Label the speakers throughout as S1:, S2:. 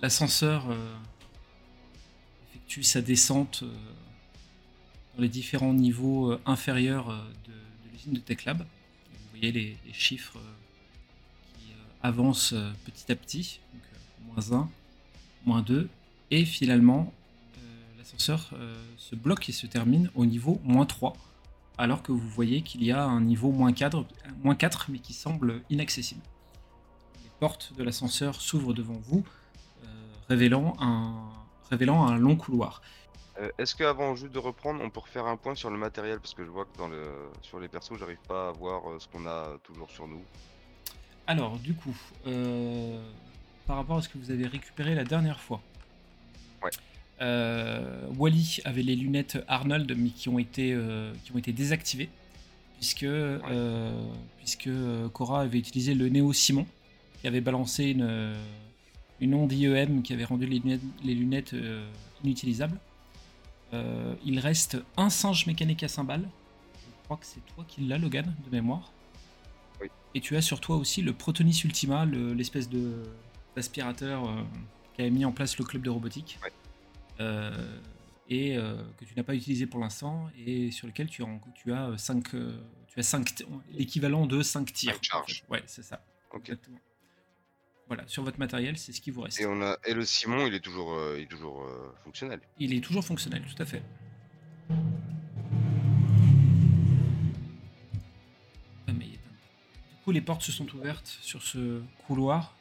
S1: l'ascenseur euh, effectue sa descente euh, dans les différents niveaux euh, inférieurs euh, de, de l'usine de TechLab. Et Vous voyez les, les chiffres euh, qui euh, avancent euh, petit à petit, donc euh, moins 1, moins 2, et finalement euh, l'ascenseur euh, se bloque et se termine au niveau moins 3, alors que vous voyez qu'il y a un niveau moins 4, moins 4 mais qui semble inaccessible. Les portes de l'ascenseur s'ouvrent devant vous, euh, révélant, un, révélant un long couloir.
S2: Euh, Est-ce qu'avant juste de reprendre, on peut refaire un point sur le matériel Parce que je vois que dans le... sur les persos, j'arrive pas à voir euh, ce qu'on a toujours sur nous.
S1: Alors, du coup, euh, par rapport à ce que vous avez récupéré la dernière fois,
S2: Ouais.
S1: Euh, Wally avait les lunettes Arnold, mais qui ont été, euh, qui ont été désactivées, puisque, euh, puisque euh, Cora avait utilisé le Néo Simon, qui avait balancé une, euh, une onde IEM qui avait rendu les lunettes, les lunettes, euh, inutilisables. Euh, il reste un singe mécanique à cymbales. Je crois que c'est toi qui l'as, Logan, de mémoire. Et tu as sur toi aussi le Protonis Ultima, le- l'espèce de d'aspirateur euh, qu'avait mis en place le club de robotique.
S2: Ouais.
S1: Euh, et euh, que tu n'as pas utilisé pour l'instant, et sur lequel tu, en- tu as 5 tu as cinq t- l'équivalent de 5 tirs.
S2: Cinq charges.
S1: en fait. Ouais, c'est ça.
S2: Ok.
S1: Exactement. Voilà, sur votre matériel, c'est ce qui vous reste.
S2: Et, on a... Et le Simon, il est toujours, euh, il est toujours euh, fonctionnel.
S1: Il est toujours fonctionnel, tout à fait. Ah, mais il est éteint. Du coup, les portes se sont ouvertes sur ce couloir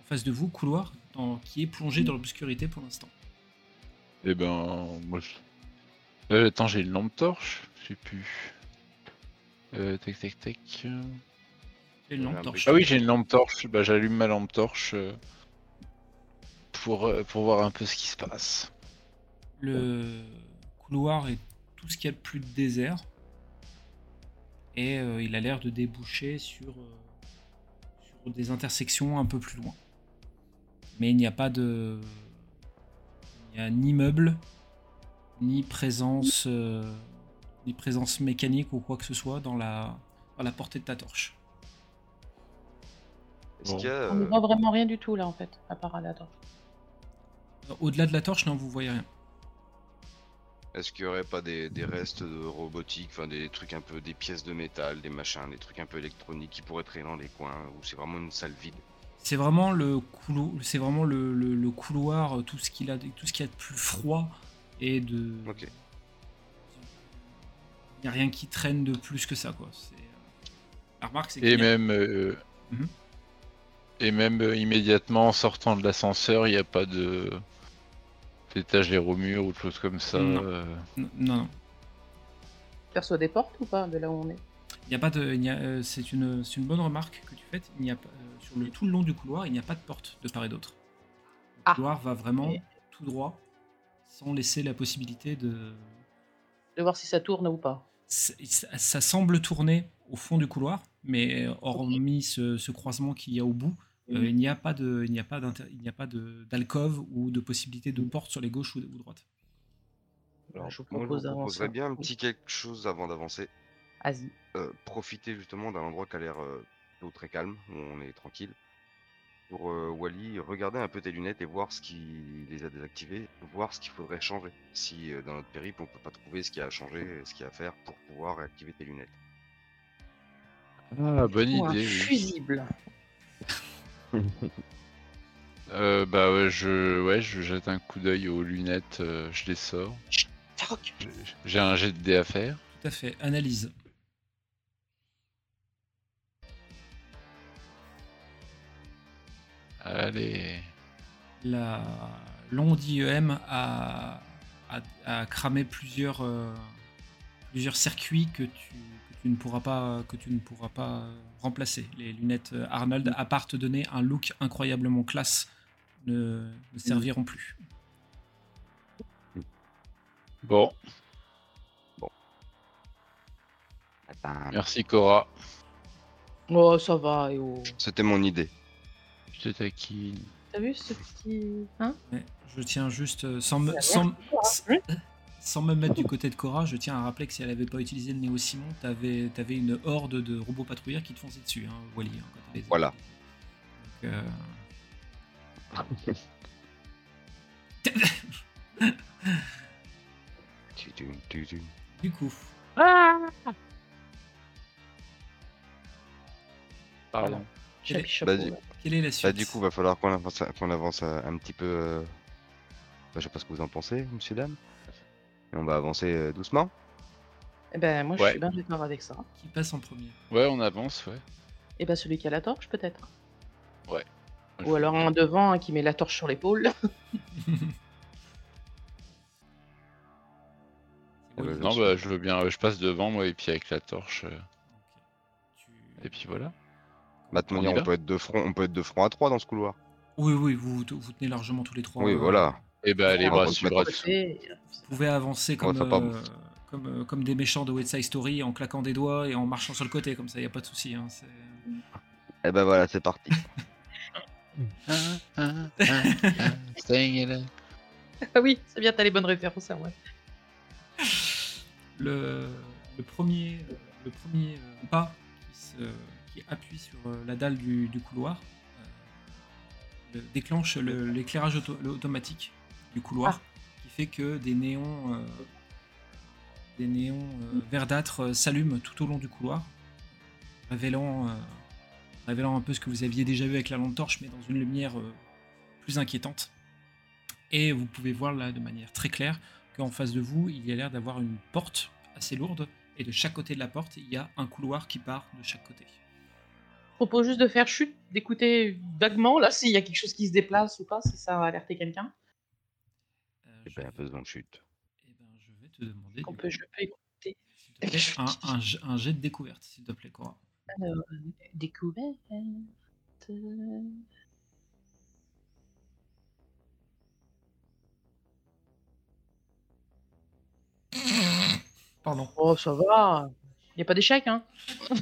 S1: en face de vous, couloir dans- qui est plongé dans l'obscurité pour l'instant.
S3: Eh ben, moi je... Euh, attends, j'ai une lampe torche Je sais plus. Euh, tac tac tac. euh.
S1: Et une
S2: Il y a
S1: lampe
S2: un
S1: torche.
S2: bruit.
S3: Ah oui, j'ai une lampe torche. Bah, j'allume ma lampe torche euh, pour, euh, pour voir un peu ce qui se passe.
S1: Le couloir est tout ce qu'il y a de plus de désert. Et euh, il a l'air de déboucher sur, euh, sur des intersections un peu plus loin. Mais il n'y a pas de. Il n'y a ni meuble, ni présence, euh, ni présence mécanique ou quoi que ce soit dans la, dans la portée de ta torche.
S2: Est-ce
S3: Bon.
S2: qu'il y a.
S4: On ne
S2: euh,
S4: voit vraiment rien du tout là en fait, à part à la torche.
S1: Euh, Au-delà de la torche, non, vous voyez rien.
S2: Est-ce qu'il y aurait pas des, des restes de robotique, enfin des trucs un peu, des pièces de métal, des machins, des trucs un peu électroniques qui pourraient traîner dans les coins, ou c'est vraiment une salle vide
S1: C'est vraiment le couloir, c'est vraiment le, le- le couloir, euh, tout ce qu'il a, tout ce qu'il y a de plus froid et de.
S2: Ok.
S1: Il n'y a rien qui traîne de plus que ça, quoi. C'est, euh, La remarque, c'est
S3: Et
S1: qu'il y a-
S3: même. euh,
S1: Mhm.
S3: Et même euh, immédiatement en sortant de l'ascenseur, il n'y a pas de. d'étagère au mur ou de choses comme ça.
S1: Non.
S3: euh.
S1: Non, non, non.
S4: On Perçoit des portes ou pas de là où on est
S1: Il n'y a pas de. il n'y a, euh, c'est une, c'est une bonne remarque que tu fais. Il n'y a pas- euh, sur le tout le long du couloir, il n'y a pas de porte de part et d'autre. Le
S4: Ah.
S1: couloir va vraiment
S4: Et-
S1: tout droit, sans laisser la possibilité de.
S4: De voir si ça tourne ou pas.
S1: ça, ça- ça semble tourner au fond du couloir, mais euh, hormis ce, ce croisement qu'il y a au bout, euh,
S4: Mhm.
S1: il n'y a pas de, il n'y a pas d'inter- il n'y a pas de- d'alcôve ou de possibilité de porte sur les gauches ou, ou droites.
S4: je vous
S2: moi, je
S4: propose
S2: vous
S4: d'avancer.
S2: proposerais bien un
S4: Oui.
S2: petit quelque chose avant d'avancer.
S4: Vas-y.
S2: euh, profiter justement d'un endroit qui a l'air euh, plutôt très calme, où on est tranquille. Pour euh, Wally, regarder un peu tes lunettes et voir ce qui les a désactivées, voir ce qu'il faudrait changer. Si euh, dans notre périple, on peut pas trouver ce qu'il y a à changer, ce qu'il y a à faire pour pouvoir activer tes lunettes.
S3: Ah, bonne
S4: Ou un
S3: idée. oui.
S4: fusible.
S3: Euh, bah ouais, je, ouais, je jette un coup d'œil aux lunettes, euh, je les sors.
S4: Toc.
S3: J'ai- J'ai un jet de dés à faire.
S1: Tout à fait. Analyse.
S3: Allez.
S1: La l'onde IEM a, a, a cramé plusieurs, euh, plusieurs circuits que tu, que tu ne pourras pas, que tu ne pourras pas euh, remplacer. Les lunettes euh, Arnold, à part te donner un look incroyablement classe, ne, ne serviront plus.
S3: Bon,
S2: Eh ben,
S3: merci Cora.
S4: Oh, ça va. Et oh.
S2: C'était mon idée.
S3: Je te taquine.
S4: T'as vu ce petit. Hein
S1: Ouais, je tiens juste, euh, sans me,
S4: Ça va
S1: sans, sans me mettre du côté de Cora, je tiens à rappeler que si elle n'avait pas utilisé le Néo Simon, t'avais avais une horde de robots patrouilleurs qui te fonçaient dessus, hein, Wally. hein, quand elle les a
S2: Voilà.
S1: utilisés. Donc, euh,
S2: tu.
S1: Du coup,
S4: Ah
S3: Pardon.
S4: Chapeau, chapeau,
S2: Vas-y.
S4: là.
S1: quelle est la suite
S2: Bah, du coup, va falloir qu'on avance, qu'on avance euh, un petit peu. euh, bah, je sais pas ce que vous en pensez, monsieur, dame. Et on va avancer euh, doucement.
S4: Eh ben, moi,
S3: Ouais.
S4: je suis bien d'accord avec ça.
S2: bah.
S1: Qui passe en premier
S3: Ouais, on avance, ouais.
S4: Et ben, celui qui a la torche, peut-être.
S3: Je-
S4: Ou alors un devant hein, qui met la torche sur l'épaule.
S1: C'est Wally.
S2: bah,
S3: Non, bah, je veux bien. Je passe devant, moi, et puis avec la torche. euh,
S1: Ok. Tu-
S3: Et puis voilà.
S2: Bah, de toute
S3: On
S2: manière,
S3: y
S2: on
S3: va
S2: peut être de front, on peut être de front à trois dans ce couloir.
S1: Oui, oui, vous, vous tenez largement tous les trois.
S2: oui,
S1: euh,
S2: voilà.
S3: Et bah, les
S2: On va
S3: bras
S2: pas
S3: sur
S2: se
S3: le bras
S2: mettre
S3: dessous.
S4: Et-
S1: Vous pouvez avancer
S2: On va
S1: comme,
S2: faire pas
S1: euh,
S2: bon.
S1: comme, euh, comme des méchants de West Side Story en claquant des doigts et en marchant sur le côté, comme ça, il n'y a pas de souci. hein, c'est-
S2: Et ben voilà, c'est parti.
S3: Ah, ah, ah, ah, staying alive.
S4: Ah oui, c'est bien, t'as les bonnes références, hein, ouais.
S1: le, le premier, le premier euh, pas qui, se- qui appuie sur euh, la dalle du, du couloir euh, le- déclenche le- l'éclairage auto- le- automatique du couloir, qui fait que des néons, euh, des néons euh, verdâtres euh, s'allument tout au long du couloir, révélant, euh, révélant un peu ce que vous aviez déjà vu avec la lampe torche, mais dans une lumière euh, plus inquiétante. Et vous pouvez voir là de manière très claire qu'en face de vous, il y a l'air d'avoir une porte assez lourde, et de chaque côté de la porte, il y a un couloir qui part de chaque côté.
S4: Je propose juste de faire chute, d'écouter vaguement, là, s'il y a quelque chose qui se déplace ou pas, si ça a alerté quelqu'un.
S1: Euh,
S4: Ah,
S2: Et
S1: je,
S2: ben,
S1: vais,
S2: faisons chute.
S1: eh ben, je vais te demander
S4: On
S1: du
S4: peut,
S1: coup,
S4: je peux écouter.
S1: s'il te plaît, un, un j- un jet de découverte, s'il te plaît, Cora.
S4: Alors, découverte.
S1: Pardon.
S4: Oh, ça va. Il a pas d'échec, hein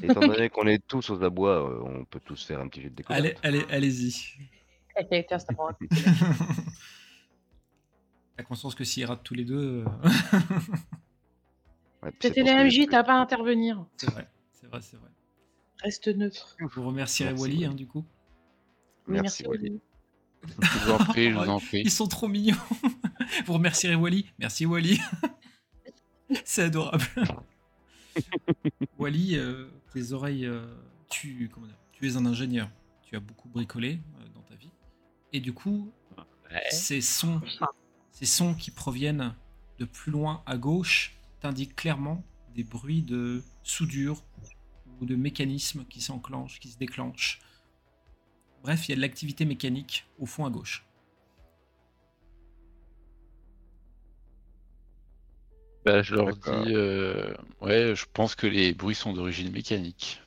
S2: Étant donné qu'on est tous aux abois, euh, on peut tous faire un petit jeu de découverte.
S1: Allez, allez, allez-y.
S4: Eh, eh, tiens, c'est à moi.
S1: T'as conscience que s'ils ratent tous les deux, euh,
S2: Ouais, puis c'est
S4: C'était
S2: pour ça
S4: la
S2: que
S4: MJ,
S2: j'ai-
S4: t'as pas à intervenir.
S1: c'est vrai, c'est vrai, c'est vrai.
S4: Reste neutre.
S1: Vous remercierez
S2: Merci,
S1: Wally,
S2: Wally.
S1: hein, du coup.
S2: Merci, Wally.
S4: Olivier.
S3: Je vous en prie, je vous en prie.
S1: Ils sont trop mignons. vous remercierez Wally. Merci Wally. C'est adorable. Wally, euh, tes oreilles, euh, tu, comment dire, tu es un ingénieur. Tu as beaucoup bricolé euh, dans ta vie. Et du coup, ces sons, ces sons qui proviennent de plus loin à gauche t'indiquent clairement des bruits de soudure ou de mécanismes qui s'enclenchent, qui se déclenchent. Bref, il y a de l'activité mécanique au fond à gauche.
S3: Bah, je leur
S2: D'accord.
S3: dis. euh, Ouais, je pense que les bruits sont d'origine mécanique.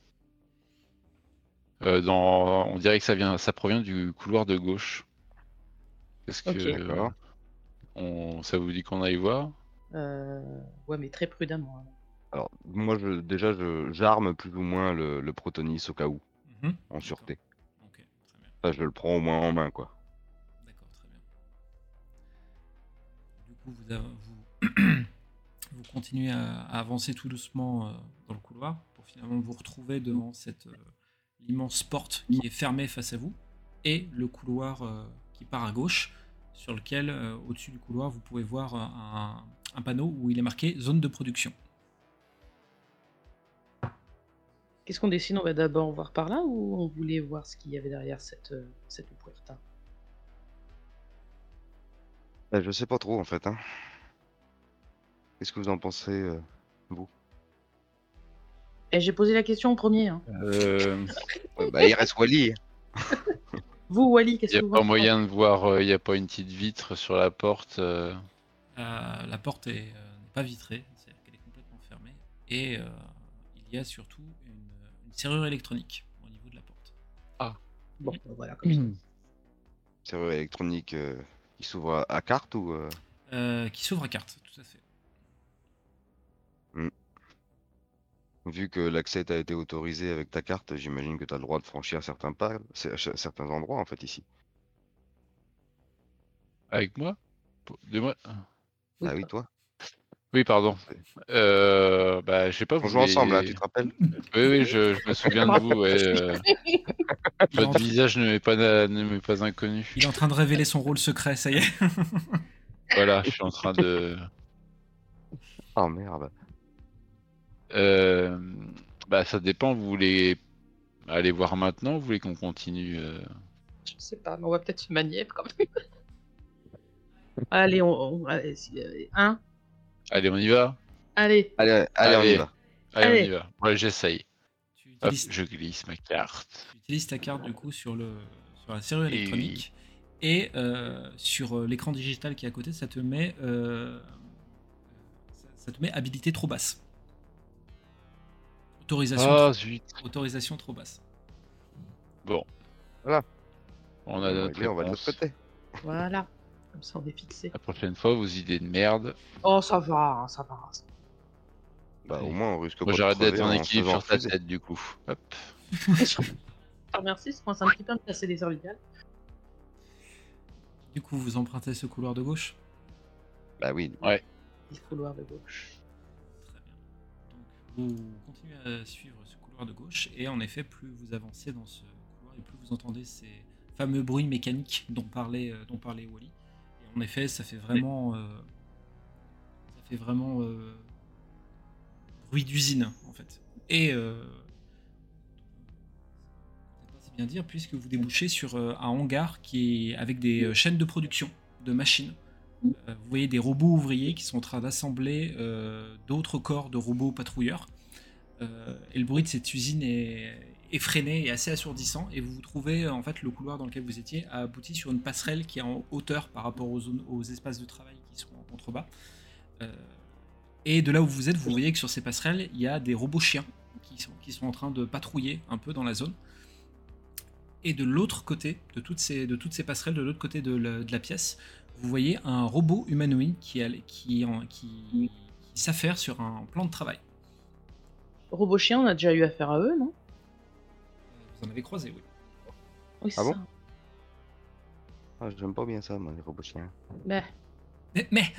S3: Euh, dans... On dirait que ça, vient... ça provient du couloir de gauche. Parce que.
S4: Ok.
S2: D'accord.
S3: on... Ça vous dit qu'on aille voir
S4: Euh, ouais, mais très prudemment. hein.
S2: Alors, moi, je, déjà, je- j'arme plus ou moins le, le protonis au cas où,
S1: Mhm.
S2: en sûreté.
S1: Ok, très bien.
S2: Ça, je le prends au moins en main, quoi.
S1: D'accord, très bien. Du coup, vous, avez- vous, vous continuez à, à avancer tout doucement euh, dans le couloir pour finalement vous retrouver devant cette euh, l'immense porte qui est fermée face à vous et le couloir euh, qui part à gauche sur lequel, euh, au-dessus du couloir, vous pouvez voir euh, un, un panneau où il est marqué zone de production.
S4: Qu'est-ce qu'on décide On va d'abord voir par là ou on voulait voir ce qu'il y avait derrière cette, euh, cette puerta
S2: Bah, je sais pas trop, en fait. Hein. Qu'est-ce que vous en pensez euh
S4: Eh, J'ai posé la question en premier. hein.
S3: Euh,
S2: Ouais, Bah, il reste Wally.
S4: Vous, Wally,
S3: Il
S4: qu'est-ce
S3: n'y
S4: que
S3: a
S4: vous
S3: pas
S4: pensez
S3: moyen de voir, euh, il n'y a pas une petite vitre sur la porte. euh,
S1: Euh, la porte est, euh, n'est pas vitrée, c'est-à-dire qu'elle est complètement fermée et euh, il y a surtout une- une serrure électronique au niveau de la porte.
S4: Bon, bah, voilà, comme ça.
S2: Serrure électronique euh, qui s'ouvre à, à carte ou. euh,
S1: Euh, qui s'ouvre à carte, tout à fait.
S2: Vu que l'accès t'a été autorisé avec ta carte, j'imagine que t'as le droit de franchir certains pas, c'est- à ch- certains endroits, en fait, ici.
S3: Avec moi De moi
S4: Oui,
S2: ah oui,
S4: bah,
S2: toi
S3: Oui, pardon. Euh, bah, je sais pas.
S2: On
S3: vous
S2: joue ensemble, hein,
S3: les-
S2: tu te rappelles
S3: Oui, oui, je, je me souviens de vous. ouais, euh, Votre visage ne m'est pas, ne m'est pas inconnu.
S1: Il est en train de
S3: Ah,
S1: révéler son rôle secret, ça y est.
S3: Voilà, je suis en train de.
S2: Ah merde.
S3: Euh, bah, ça dépend, vous voulez aller voir maintenant ou vous voulez qu'on continue euh
S4: Je sais pas, mais on va peut-être se manier quand même. allez, on. on- allez, si- euh, hein
S3: Allez, on y va
S4: Allez.
S2: Allez, allez, on
S3: Allez.
S2: y va.
S3: Allez,
S4: Allez.
S3: on y va. Ouais, j'essaye.
S1: Tu
S3: Hop,
S1: utilises,
S3: je glisse ma carte.
S1: tu utilises ta carte du coup sur, le, sur la serrure
S3: Et oui.
S1: électronique et euh, sur euh, l'écran digital qui est à côté, ça te met, euh, ça, ça te met habilité trop basse. Autorisation,
S3: Ah, zut.
S1: autorisation trop basse.
S3: Bon.
S2: Voilà.
S3: On a notre
S2: Allez, on va de l'autre
S3: réponse.
S2: côté.
S4: Voilà. Comme ça, on est fixé.
S3: La prochaine fois, vos idées de merde.
S4: Oh, ça va, hein, ça va. ça va.
S2: Bah, au
S3: Allez.
S2: moins, on risque
S3: Moi,
S2: pas de
S3: j'arrête d'être
S2: crever
S3: en
S2: se
S3: équilibre
S2: faisant
S3: sur ta
S2: refuser.
S3: tête, du coup. Hop.
S4: Je te remercie, je commence un petit peu à me casser les cervicales.
S1: Du coup, vous empruntez ce couloir de gauche.
S2: Bah oui.
S4: Il faut couloir de gauche.
S1: Très bien. Donc, vous continuez à suivre ce couloir de gauche, et en effet, plus vous avancez dans ce couloir, et plus vous entendez ces fameux bruits mécaniques dont parlait, euh, dont parlait Wally. Et en effet, ça fait vraiment. euh, ça fait vraiment. euh, bruit d'usine, en fait. Et. euh, c'est pas si bien dire, puisque vous débouchez sur euh, un hangar qui est avec des euh, chaînes de production de machines. Euh, Vous voyez des robots ouvriers qui sont en train d'assembler euh, d'autres corps de robots patrouilleurs. Euh, et le bruit de cette usine est effréné et assez assourdissant. Et vous vous trouvez, euh, en fait, le couloir dans lequel vous étiez a abouti sur une passerelle qui est en hauteur par rapport aux, zones, aux espaces de travail qui sont en contrebas. Euh, et de là où vous êtes, vous voyez que sur ces passerelles, il y a des robots chiens qui sont, qui sont en train de patrouiller un peu dans la zone. Et de l'autre côté, de toutes ces, de toutes ces passerelles, de l'autre côté de la- de la pièce, vous voyez un robot humanoïde qui, a- qui, en- qui, qui s'affaire sur un plan de travail.
S4: Robot chien, on a déjà eu affaire à eux, non
S1: Vous en avez croisé, oui.
S4: Oui, c'est
S2: Ah bon
S4: ça.
S2: Ah, j'aime pas bien ça, moi, les robots chiens.
S4: Mais,
S1: Mais, mais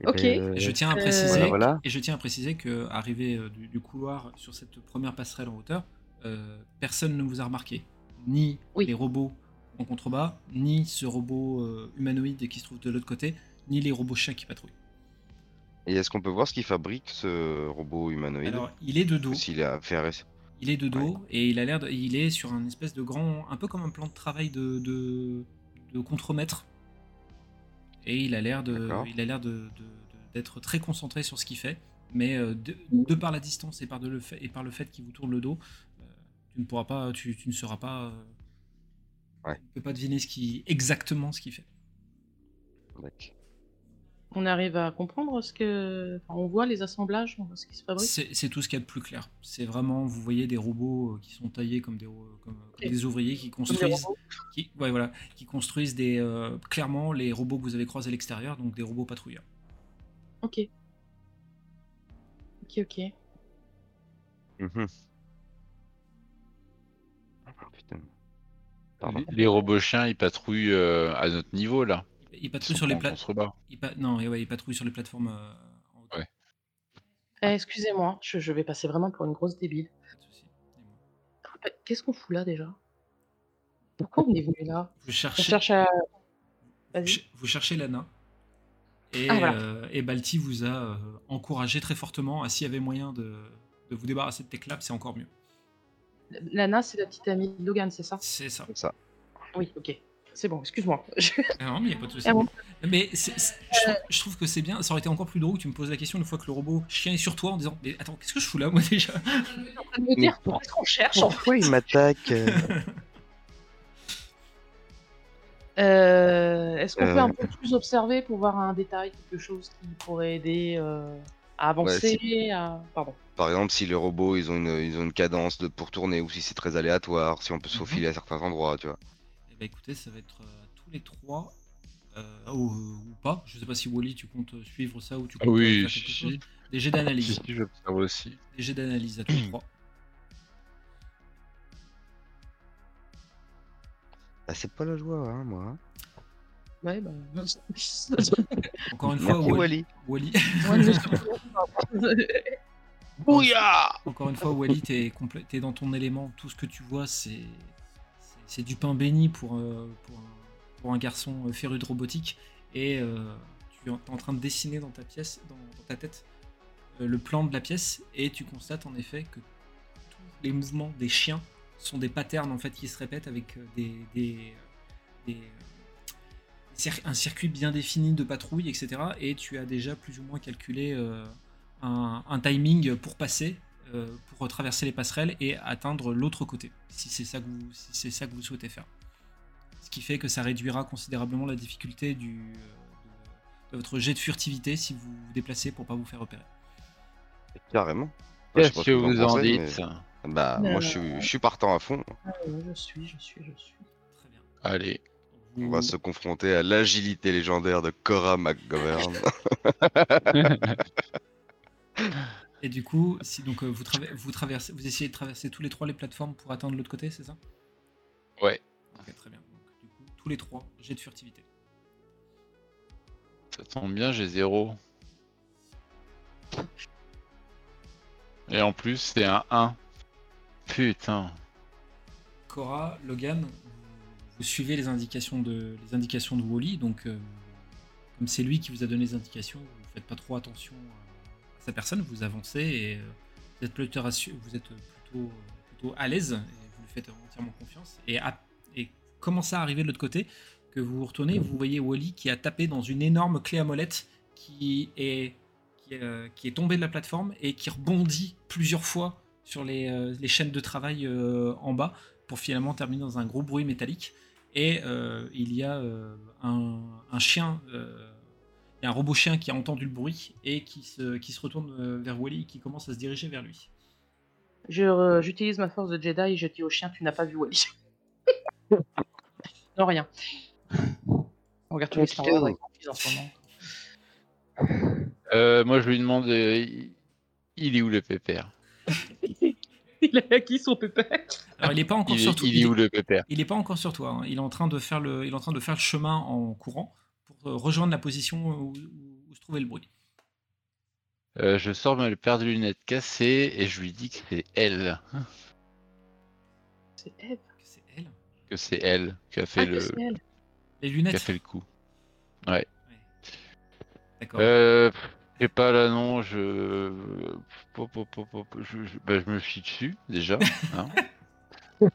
S2: Eh
S4: Ok.
S2: ben, euh,
S1: je tiens à
S4: Euh,
S1: préciser,
S2: Voilà, voilà.
S1: et je tiens à préciser que arrivé euh, du, du couloir sur cette première passerelle en hauteur, euh, personne ne vous a remarqué, ni
S4: Oui.
S1: les robots en contrebas, ni ce robot euh, humanoïde qui se trouve de l'autre côté, ni les robots chiens qui patrouillent.
S2: Et est-ce qu'on peut voir ce qu'il fabrique, ce robot humanoïde
S1: Alors, il est de dos.
S2: S'il a fait arrêter-
S1: Il est de dos et il a l'air, de- il est sur un espèce de grand, un peu comme un plan de travail de de, de contremaître. Et il a l'air de,
S2: D'accord.
S1: il a l'air de, de- de- d'être très concentré sur ce qu'il fait, mais euh, de,
S2: Mm.
S1: de par la distance et par de le fait et par le fait qu'il vous tourne le dos, euh, tu ne pourras pas, tu, tu ne seras pas, euh,
S2: Ouais.
S1: tu ne peux pas deviner ce qui exactement ce qu'il fait.
S2: Mec.
S4: on arrive à comprendre ce que. enfin, on voit les assemblages, on voit ce qui se fabrique.
S1: C'est c'est tout ce qu'il y a de plus clair. C'est vraiment, vous voyez des robots euh, qui sont taillés comme des, ro- comme- comme des ouvriers qui
S4: Comme des
S1: construisent
S4: robots.
S1: qui, ouais, voilà, qui construisent des, euh, clairement les robots que vous avez croisés à l'extérieur, donc des robots patrouilleurs.
S4: Ok. Ok, ok. Eh,
S2: Mhm. Oh, putain. Pardon.
S3: Les- Les robots chiens, ils patrouillent euh, à notre niveau, là.
S1: Ils
S3: Ils
S1: patrouillent sur
S3: sont
S1: les
S3: pas en
S1: plateformes.
S3: contrebas.
S1: Non, et ouais, ils patrouillent sur les plateformes. euh, en hauteur.
S3: Ouais.
S4: Eh, Excusez-moi, je, je vais passer vraiment pour une grosse débile. Ah, bah,
S1: Pas de souci.
S4: Qu'est-ce qu'on fout là déjà Pourquoi on est venu là
S1: Vous
S4: On
S1: cherchez,
S4: cherche à.
S1: vous
S4: Vas-y.
S1: ch- vous cherchez Lana. Et,
S4: Ah, voilà.
S1: euh, et Balti vous a euh, encouragé très fortement. à S'il y avait moyen de, de vous débarrasser de Techlab, c'est encore mieux.
S4: Lana, c'est la petite amie de Logan, c'est ça
S1: C'est ça.
S2: Comme ça.
S4: Oui, ok. C'est bon, excuse-moi.
S1: Non, mais il n'y a pas de souci.
S4: Ah bon
S1: Mais c'est- c'est- je, trouve, je trouve que c'est bien. Ça aurait été encore plus drôle que tu me poses la question une fois que le robot chien est sur toi en disant Mais attends, qu'est-ce que je fous là, moi déjà
S4: en train de me dire pourquoi est-ce qu'on cherche en fait
S2: Pourquoi il m'attaque euh
S4: Euh, Est-ce qu'on peut
S2: Euh.
S4: un peu plus observer pour voir un détail, quelque chose qui pourrait aider euh, à avancer à... Pardon.
S2: Par exemple, si les robots, ils ont une, ils ont une cadence de pour tourner, ou si c'est très aléatoire, si on peut se
S1: Mhm.
S2: faufiler à certains endroits, tu vois.
S1: Eh ben, écoutez, ça va être euh, tous les trois euh, ou, ou pas. Je sais pas si Wally, tu comptes euh, suivre ça ou tu
S3: Ah
S1: comptes euh,
S3: oui,
S1: faire quelque
S3: si,
S1: chose.
S3: si.
S1: Des jets
S3: Si,
S1: d'analyse.
S3: si, j'observe aussi.
S1: Des jets d'analyse à tous les trois.
S2: Bah, c'est pas la joie, hein, moi. hein.
S4: Ouais, bah...
S1: Encore une fois,
S2: Merci,
S1: Wally.
S2: Wally.
S1: Wally-
S4: Moi, je me suis-
S1: Encore une fois, Wally, t'es complè- t'es dans ton élément. Tout ce que tu vois, c'est c'est c'est du pain béni pour, euh, pour, un, pour un garçon euh, féru de robotique. Et euh, tu es en t'es en train de dessiner dans ta pièce, dans, dans ta tête, euh, le plan de la pièce. Et tu constates en effet que tous les mouvements des chiens sont des patterns en fait qui se répètent avec euh, des, des, des, euh, cir- un circuit bien défini de patrouille, etc. Et tu as déjà plus ou moins calculé euh, un, un timing pour passer, euh, pour traverser les passerelles et atteindre l'autre côté, si c'est ça que vous, si c'est ça que vous souhaitez faire. Ce qui fait que ça réduira considérablement la difficulté du, euh, de, de votre jet de furtivité si vous vous déplacez pour pas vous faire repérer.
S2: Carrément. Enfin, je sais
S3: Qu'est-ce
S2: pas ce
S3: que vous en
S2: pensez,
S3: dites
S2: mais- Bah,
S4: Non,
S2: moi, je suis, je suis partant à fond.
S4: Euh, Je suis, je suis, je suis.
S1: Très bien.
S3: Allez,
S2: On va
S4: Mm.
S1: Vous-
S2: se confronter à l'agilité légendaire de Cora McGovern.
S1: Et du coup, si donc euh, vous, trava- vous traversez, vous essayez de traverser tous les trois les plateformes pour atteindre l'autre côté, c'est ça
S3: Ouais.
S1: Ok, très bien. Donc, du coup, tous les trois, jet de furtivité.
S3: ça tombe bien, j'ai zéro. Et en plus, c'est un 1. Putain.
S1: Cora, Logan, vous- vous suivez les indications de, les indications de Wally, donc euh, comme c'est lui qui vous a donné les indications, vous faites pas trop attention euh, à sa personne, vous avancez et euh, vous êtes plutôt, rassu- vous êtes plutôt, euh, plutôt à l'aise, et vous lui faites entièrement confiance. Et, à- et comment ça arriver de l'autre côté que vous vous retournez, vous voyez Wally qui a tapé dans une énorme clé à molette qui est, qui, est, euh, qui est tombée de la plateforme et qui rebondit plusieurs fois sur les, euh, les chaînes de travail euh, en bas pour finalement terminer dans un gros bruit métallique. Et euh, il y a euh, un, un chien, euh, il y a un robot chien qui a entendu le bruit et qui se, qui se retourne euh, vers Wally et qui commence à se diriger vers lui.
S4: Je, euh, J'utilise ma force de Jedi et je dis au chien Tu n'as pas vu Wally. non, rien. On regarde tous les Star Wars avec mon fils en ce moment.
S3: Euh, moi, je lui demande euh, il- il est où le pépère
S4: Il a acquis son pépère.
S1: Alors il n'est pas encore
S3: il,
S1: sur
S3: est,
S1: toi.
S3: il est où le pépère
S1: il est pas encore sur toi. hein. Il est en train de faire le, il est en train de faire le chemin en courant pour euh, rejoindre la position où, où- où se trouvait le bruit.
S3: Euh, Je sors ma paire de lunettes cassées et je lui dis que c'est elle.
S4: C'est Eve.
S1: C'est elle.
S3: Que c'est elle qui a fait,
S4: Ah, que
S3: le,
S4: c'est elle.
S1: Les
S3: qui a
S1: lunettes.
S3: fait le coup.
S4: Oh.
S1: D'accord.
S3: Euh, j'ai pas là non, je... pop, pop, pop, pop, je, je- bah, je me chie dessus déjà. hein.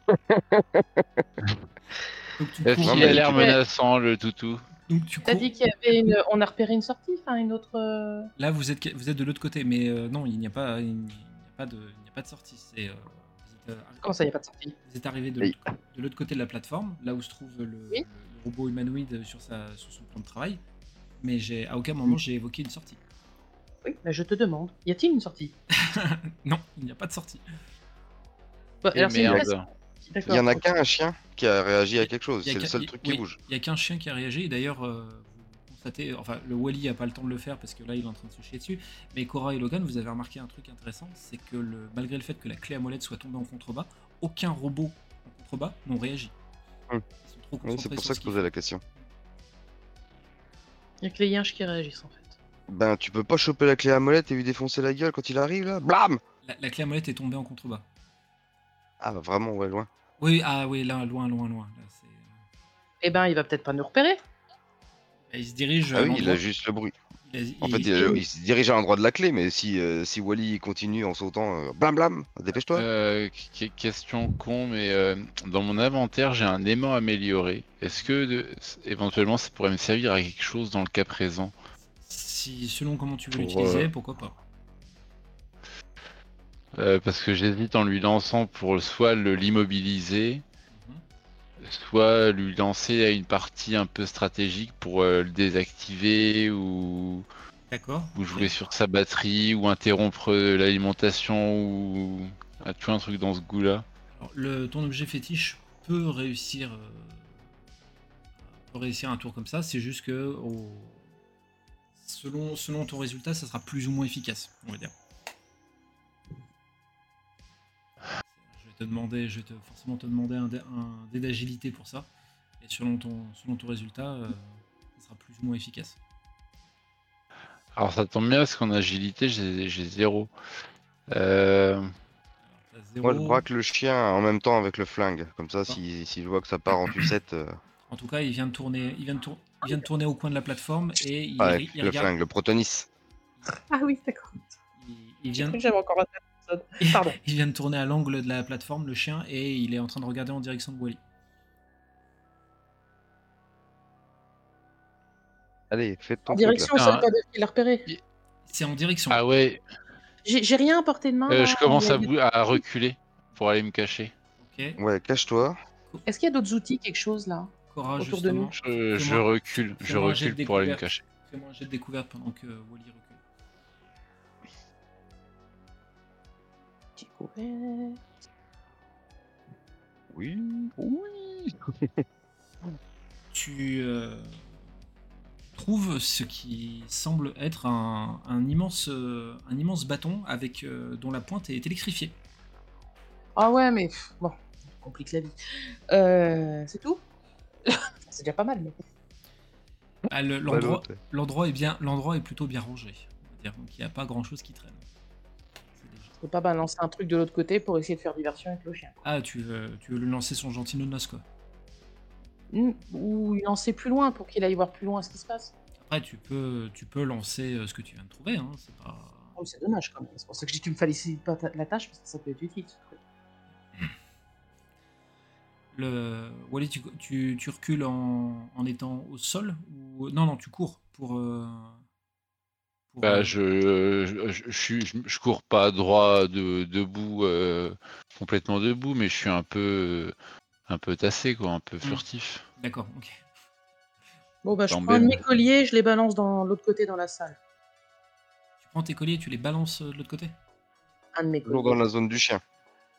S1: Donc tu
S3: Est-ce
S1: cours-
S3: qu'il a
S2: mais
S3: l'air
S4: tu-
S3: menaçant le toutou
S1: donc tu
S4: T'as
S1: cours-
S4: dit qu'il y avait une. On a repéré une sortie, enfin une autre. euh,
S1: Là, vous êtes, vous êtes de l'autre côté, mais euh, non, il n'y a pas, il n'y a pas de, il n'y a pas de sortie. C'est, euh, vous êtes, euh,
S4: Comment ça, il n'y a pas de sortie
S1: vous êtes arrivé de
S2: Oui.
S1: l'autre co- de l'autre côté de la plateforme, là où se trouve le,
S4: Oui.
S1: le robot humanoïde sur, sa, sur son plan de travail. Mais j'ai, à aucun moment j'ai évoqué une sortie.
S4: Oui, mais je te demande. Y a-t-il une sortie
S1: Non, il n'y a pas de sortie.
S4: Bah,
S3: Eh
S4: alors, c'est une vraie
S3: Merde.
S4: sortie,
S2: Il
S4: d'accord.
S2: y en a qu'un chien qui a réagi à quelque chose.
S1: Il y a
S2: C'est le
S1: qu'un-
S2: seul
S1: il-
S2: truc qui
S1: oui,
S2: bouge.
S1: Il n'y a qu'un chien qui a réagi. Et D'ailleurs, euh, vous constatez, enfin, le Wally n'a pas le temps de le faire parce que là, il est en train de se chier dessus. Mais Cora et Logan, vous avez remarqué un truc intéressant c'est que le, malgré le fait que la clé à molette soit tombée en contrebas, aucun robot en contrebas n'ont réagi.
S2: Hum.
S1: Ils sont trop
S2: Oui,
S1: concentrés
S2: c'est pour
S1: sur
S2: ça
S1: ce
S2: que je
S1: qu'ils
S2: posais la question.
S4: Y a que les yinches qui réagissent en fait.
S2: Ben, tu peux pas choper la clé à molette et lui défoncer la gueule quand il arrive là Blam
S1: font. la, la clé à molette est tombée en contrebas.
S2: Ah, bah vraiment, ouais, loin.
S1: Oui, ah oui, là, loin, loin, loin. Là, c'est-
S4: Eh ben, il va peut-être pas nous repérer.
S1: Et il se dirige.
S2: Ah
S1: à
S2: oui, il
S1: l'endroit-
S2: a juste le bruit.
S1: il a-
S2: En
S1: il-
S2: fait, il, a- il se dirige à l'endroit de la clé, mais si, euh, si Wally continue en sautant, euh, blam blam, dépêche-toi.
S3: Euh, qu- question con, mais euh, dans mon inventaire, j'ai un aimant amélioré. Est-ce que de- c- éventuellement ça pourrait me servir à quelque chose dans le cas présent
S1: si, selon comment tu veux
S3: Pour,
S1: l'utiliser, pourquoi pas.
S3: Euh, Parce que j'hésite en lui lançant pour soit le- l'immobiliser,
S1: Mhm.
S3: soit lui lancer à une partie un peu stratégique pour euh, le désactiver ou,
S1: D'accord.
S3: ou jouer sur sa batterie ou interrompre euh, l'alimentation ou ah, tu vois, un truc dans ce goût-là.
S1: Alors, le, ton objet fétiche peut réussir, euh, peut réussir un tour comme ça. C'est juste que au- selon, selon ton résultat, ça sera plus ou moins efficace, on va dire. Je vais te demander, je vais te, forcément te demander un, dé- un dé d'agilité pour ça. Et selon ton, selon ton résultat, euh, ça sera plus ou moins efficace.
S3: Alors ça tombe bien parce qu'en agilité, j'ai j'ai zéro. Euh...
S1: Alors, t'as
S2: Moi, je
S1: zéro.
S2: braque le chien en même temps avec le flingue. Comme
S1: Ah.
S2: ça, si, si je vois que ça part en sucette, euh,
S1: En tout cas, il vient de tourner, il vient de tour- il vient de tourner au coin de la plateforme et il,
S2: avec
S1: il
S2: le
S1: regarde,
S2: flingue, le protonis.
S4: Ah oui, d'accord.
S1: il- il
S4: J'ai
S1: vient,
S4: cru que j'avais encore un épisode. Pardon.
S1: il vient de tourner à l'angle de la plateforme, le chien, et il est en train de regarder en direction de Wally.
S2: Allez, fais ton
S4: En
S2: truc, là.
S4: direction au
S3: Ah.
S4: salvador qui l'a repéré.
S1: C'est en direction.
S3: Ah ouais,
S4: J'ai j'ai rien à portée de main.
S3: euh,
S4: là.
S3: je commence à,
S4: Ah, Il y a-
S3: bou- à reculer pour aller me cacher.
S1: Ok.
S2: Ouais, cache-toi.
S4: Est-ce qu'il y a d'autres outils, quelque chose là
S1: Cora,
S4: Autour de
S1: justement.
S4: nous.
S3: Je, je
S1: Fais-moi-
S3: recule, je
S1: fais-moi un jet de
S3: recule pour aller me
S1: découverte.
S3: cacher.
S1: Fais-moi un jet de découverte pendant que Wally recule.
S4: Découverte.
S2: Oui.
S3: Oui.
S1: tu euh, trouves ce qui semble être un, un immense, euh, un immense bâton avec, euh, dont la pointe est électrifiée.
S4: Ah ouais, mais pff, bon, on complique la vie. Euh, c'est tout C'est déjà pas mal. Mais...
S1: Ah, le-
S2: Pas
S1: L'endroit
S2: l'autre.
S1: l'endroit est, bien- l'endroit est plutôt bien rangé. on va dire. Donc il n'y a pas grand-chose qui traîne. C'est léger.
S4: Je peux pas balancer un truc de l'autre côté pour essayer de faire diversion avec le chien. quoi.
S1: Ah, tu veux, tu veux lui lancer son gentil nonos, quoi.
S4: Mm, Ou il en sait plus loin pour qu'il aille voir plus loin ce qui se passe.
S1: Après, tu peux, tu peux lancer euh, ce que tu viens de trouver. hein, c'est pas-
S4: Oh, c'est dommage quand même. C'est pour ça que j'ai dit qu'il me facilite pas ta- la tâche parce que ça peut être utile. ce truc.
S1: Le... Wally, tu, tu, tu recules en, en étant au sol ou... Non, non, tu cours pour... euh, pour,
S3: Bah,
S1: euh,
S3: je, je, je, suis- je- je cours pas droit de, debout, euh, complètement debout, mais je suis un peu, un peu tassé, quoi, un peu furtif.
S1: D'accord, ok.
S4: Bon, bah, je
S3: Tant
S4: prends un de
S3: bim.
S4: mes colliers, je les balance dans l'autre côté dans la salle.
S1: Tu prends tes colliers et tu les balances euh, de l'autre côté
S4: Un de mes
S2: Toujours
S4: colliers.
S2: dans la zone du chien.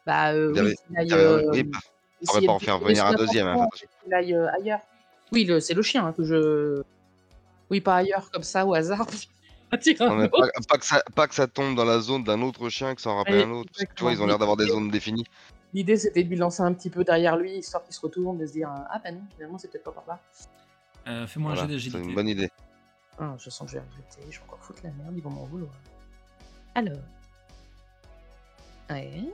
S4: Bah, euh,
S2: Derrière-
S4: oui, qu'il aille,
S2: derrière-
S4: euh,
S2: oui, bah,
S4: essayer
S2: faudrait pas
S4: de
S2: en faire
S4: décoller
S2: venir
S4: sous
S2: un
S4: la
S2: deuxième, hein,
S4: plateforme
S2: fais
S4: et qu'il aille euh, ailleurs. Oui, le- c'est le chien hein, que je. Oui, pas ailleurs, comme ça, au hasard. Attire
S2: Non,
S4: un
S2: mais
S4: autre.
S2: pas, pas que ça, pas que ça tombe dans la zone d'un autre chien que ça en rappelle
S4: Ouais,
S2: un autre. Parce que, tu vois, ils ont l'air d'avoir des zones définies.
S4: L'idée, c'était de lui lancer un petit peu derrière lui, histoire qu'il se retourne, de se dire euh, Ah, bah non, finalement, c'est peut-être pas par là.
S1: Euh, Fais-moi un
S2: Voilà,
S1: jet
S2: c'est
S1: d'agilité.
S2: une bonne idée.
S4: Ah, je sens que je vais regretter, je vais encore foutre la merde, ils vont m'en vouloir. Alors. Ouais.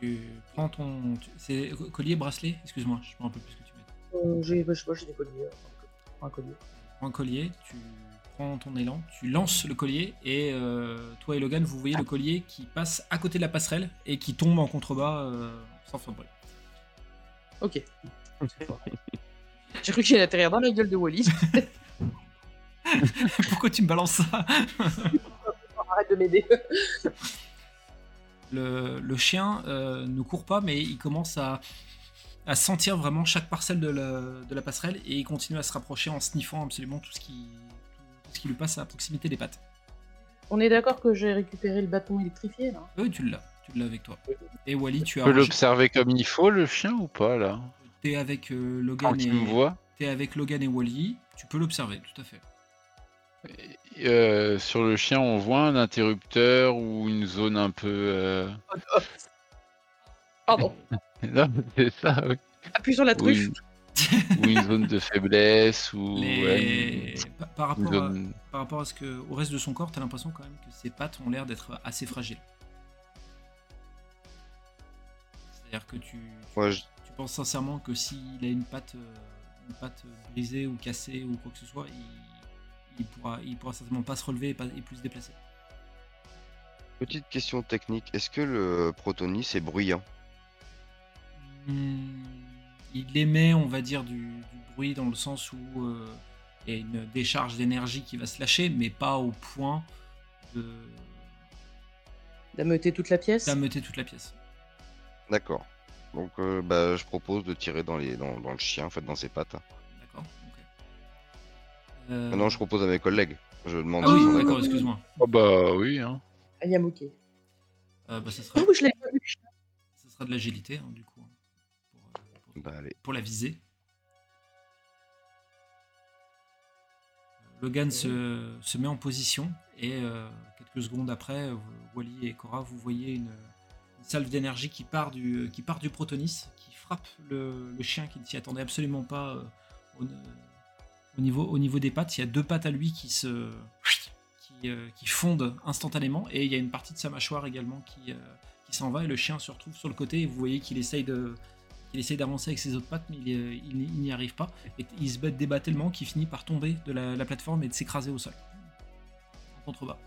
S1: Tu prends ton... tu- C'est co- collier, bracelet Excuse-moi, je me rappelle plus ce que tu mets.
S4: Euh, j'ai, bah, je sais pas, j'ai des colliers. euh, je prends Un collier.
S1: Prends un collier, tu prends ton élan, tu lances le collier et euh, toi et Logan, vous voyez
S2: Ah.
S1: le collier qui passe à côté de la passerelle et qui tombe en contrebas euh, sans faire de bruit.
S4: Ok. j'ai cru qu'il allait atterrir dans la gueule de Wally.
S1: Pourquoi tu me balances ça
S4: Arrête de m'aider.
S1: Le, le chien euh, ne court pas, mais il commence à, à sentir vraiment chaque parcelle de la, de la passerelle et il continue à se rapprocher en sniffant absolument tout ce qui, tout ce qui lui passe à proximité des pattes.
S4: On est d'accord que j'ai récupéré le bâton électrifié, là
S1: Oui, Euh, tu l'as, tu l'as avec toi. Et Wally, tu
S3: Je
S1: as
S3: peux l'observer comme il faut, le chien, ou pas, là
S1: T'es avec euh,
S3: Quand
S1: Logan
S3: il Ah, me
S1: et
S3: voit
S1: t'es avec Logan et Wally, tu peux l'observer, tout à fait.
S3: Euh, Sur le chien, on voit un interrupteur ou une zone un peu... euh,
S4: Pardon.
S3: Non, c'est ça, oui.
S4: Appuie sur la
S3: Ou
S4: truffe.
S3: une... ou une zone de faiblesse, ou...
S1: Les-
S3: ouais,
S1: pa- par,
S3: une- une
S1: rapport à,
S3: zone-
S1: par rapport à ce que au reste de son corps, t'as l'impression quand même que ses pattes ont l'air d'être assez fragiles. C'est-à-dire que tu, tu-
S2: Ouais, je-
S1: Tu penses sincèrement que s'il a une patte, euh, une patte brisée ou cassée ou quoi que ce soit, il, il pourra, il pourra certainement pas se relever et, pas, et plus se déplacer.
S2: Petite question technique. Est-ce que le protonis est bruyant
S1: Hmm, il émet, on va dire, du, du bruit dans le sens où euh, il y a une décharge d'énergie qui va se lâcher, mais pas au point de
S4: D'ameuter toute la pièce.
S1: d'ameuter toute la pièce.
S2: D'accord. Donc, euh, bah, je propose de tirer dans, les, dans, dans le chien, en fait, dans ses pattes.
S1: D'accord. ok. Euh,
S2: Maintenant, Ah je propose à mes collègues. Je demande
S1: Ah oui,
S2: s'ils sont
S1: d'accord,
S2: d'accord.
S1: excuse-moi.
S3: Ah bah oui, hein.
S4: Elle Ah, y a moqué.
S1: Euh, bah, ça, sera,
S4: Ah oui, je l'ai pas vu.
S1: ça sera de l'agilité, hein, du coup, pour, euh, pour-
S2: Bah, allez.
S1: pour la viser. Logan se, se met en position et euh, quelques secondes après, euh, Wally et Cora, vous voyez une, une salve d'énergie qui part du qui part du protonis, qui frappe le, le chien qui ne s'y attendait absolument pas euh, au, au niveau au niveau des pattes. Il y a deux pattes à lui qui se qui, euh, qui fondent instantanément et il y a une partie de sa mâchoire également qui euh, qui s'en va et le chien se retrouve sur le côté et vous voyez qu'il essaye de qu'il essaye d'avancer avec ses autres pattes mais il, euh, il n'y- il n'y arrive pas et il se bat débat tellement qu'il finit par tomber de la, la plateforme et de s'écraser au sol en contrebas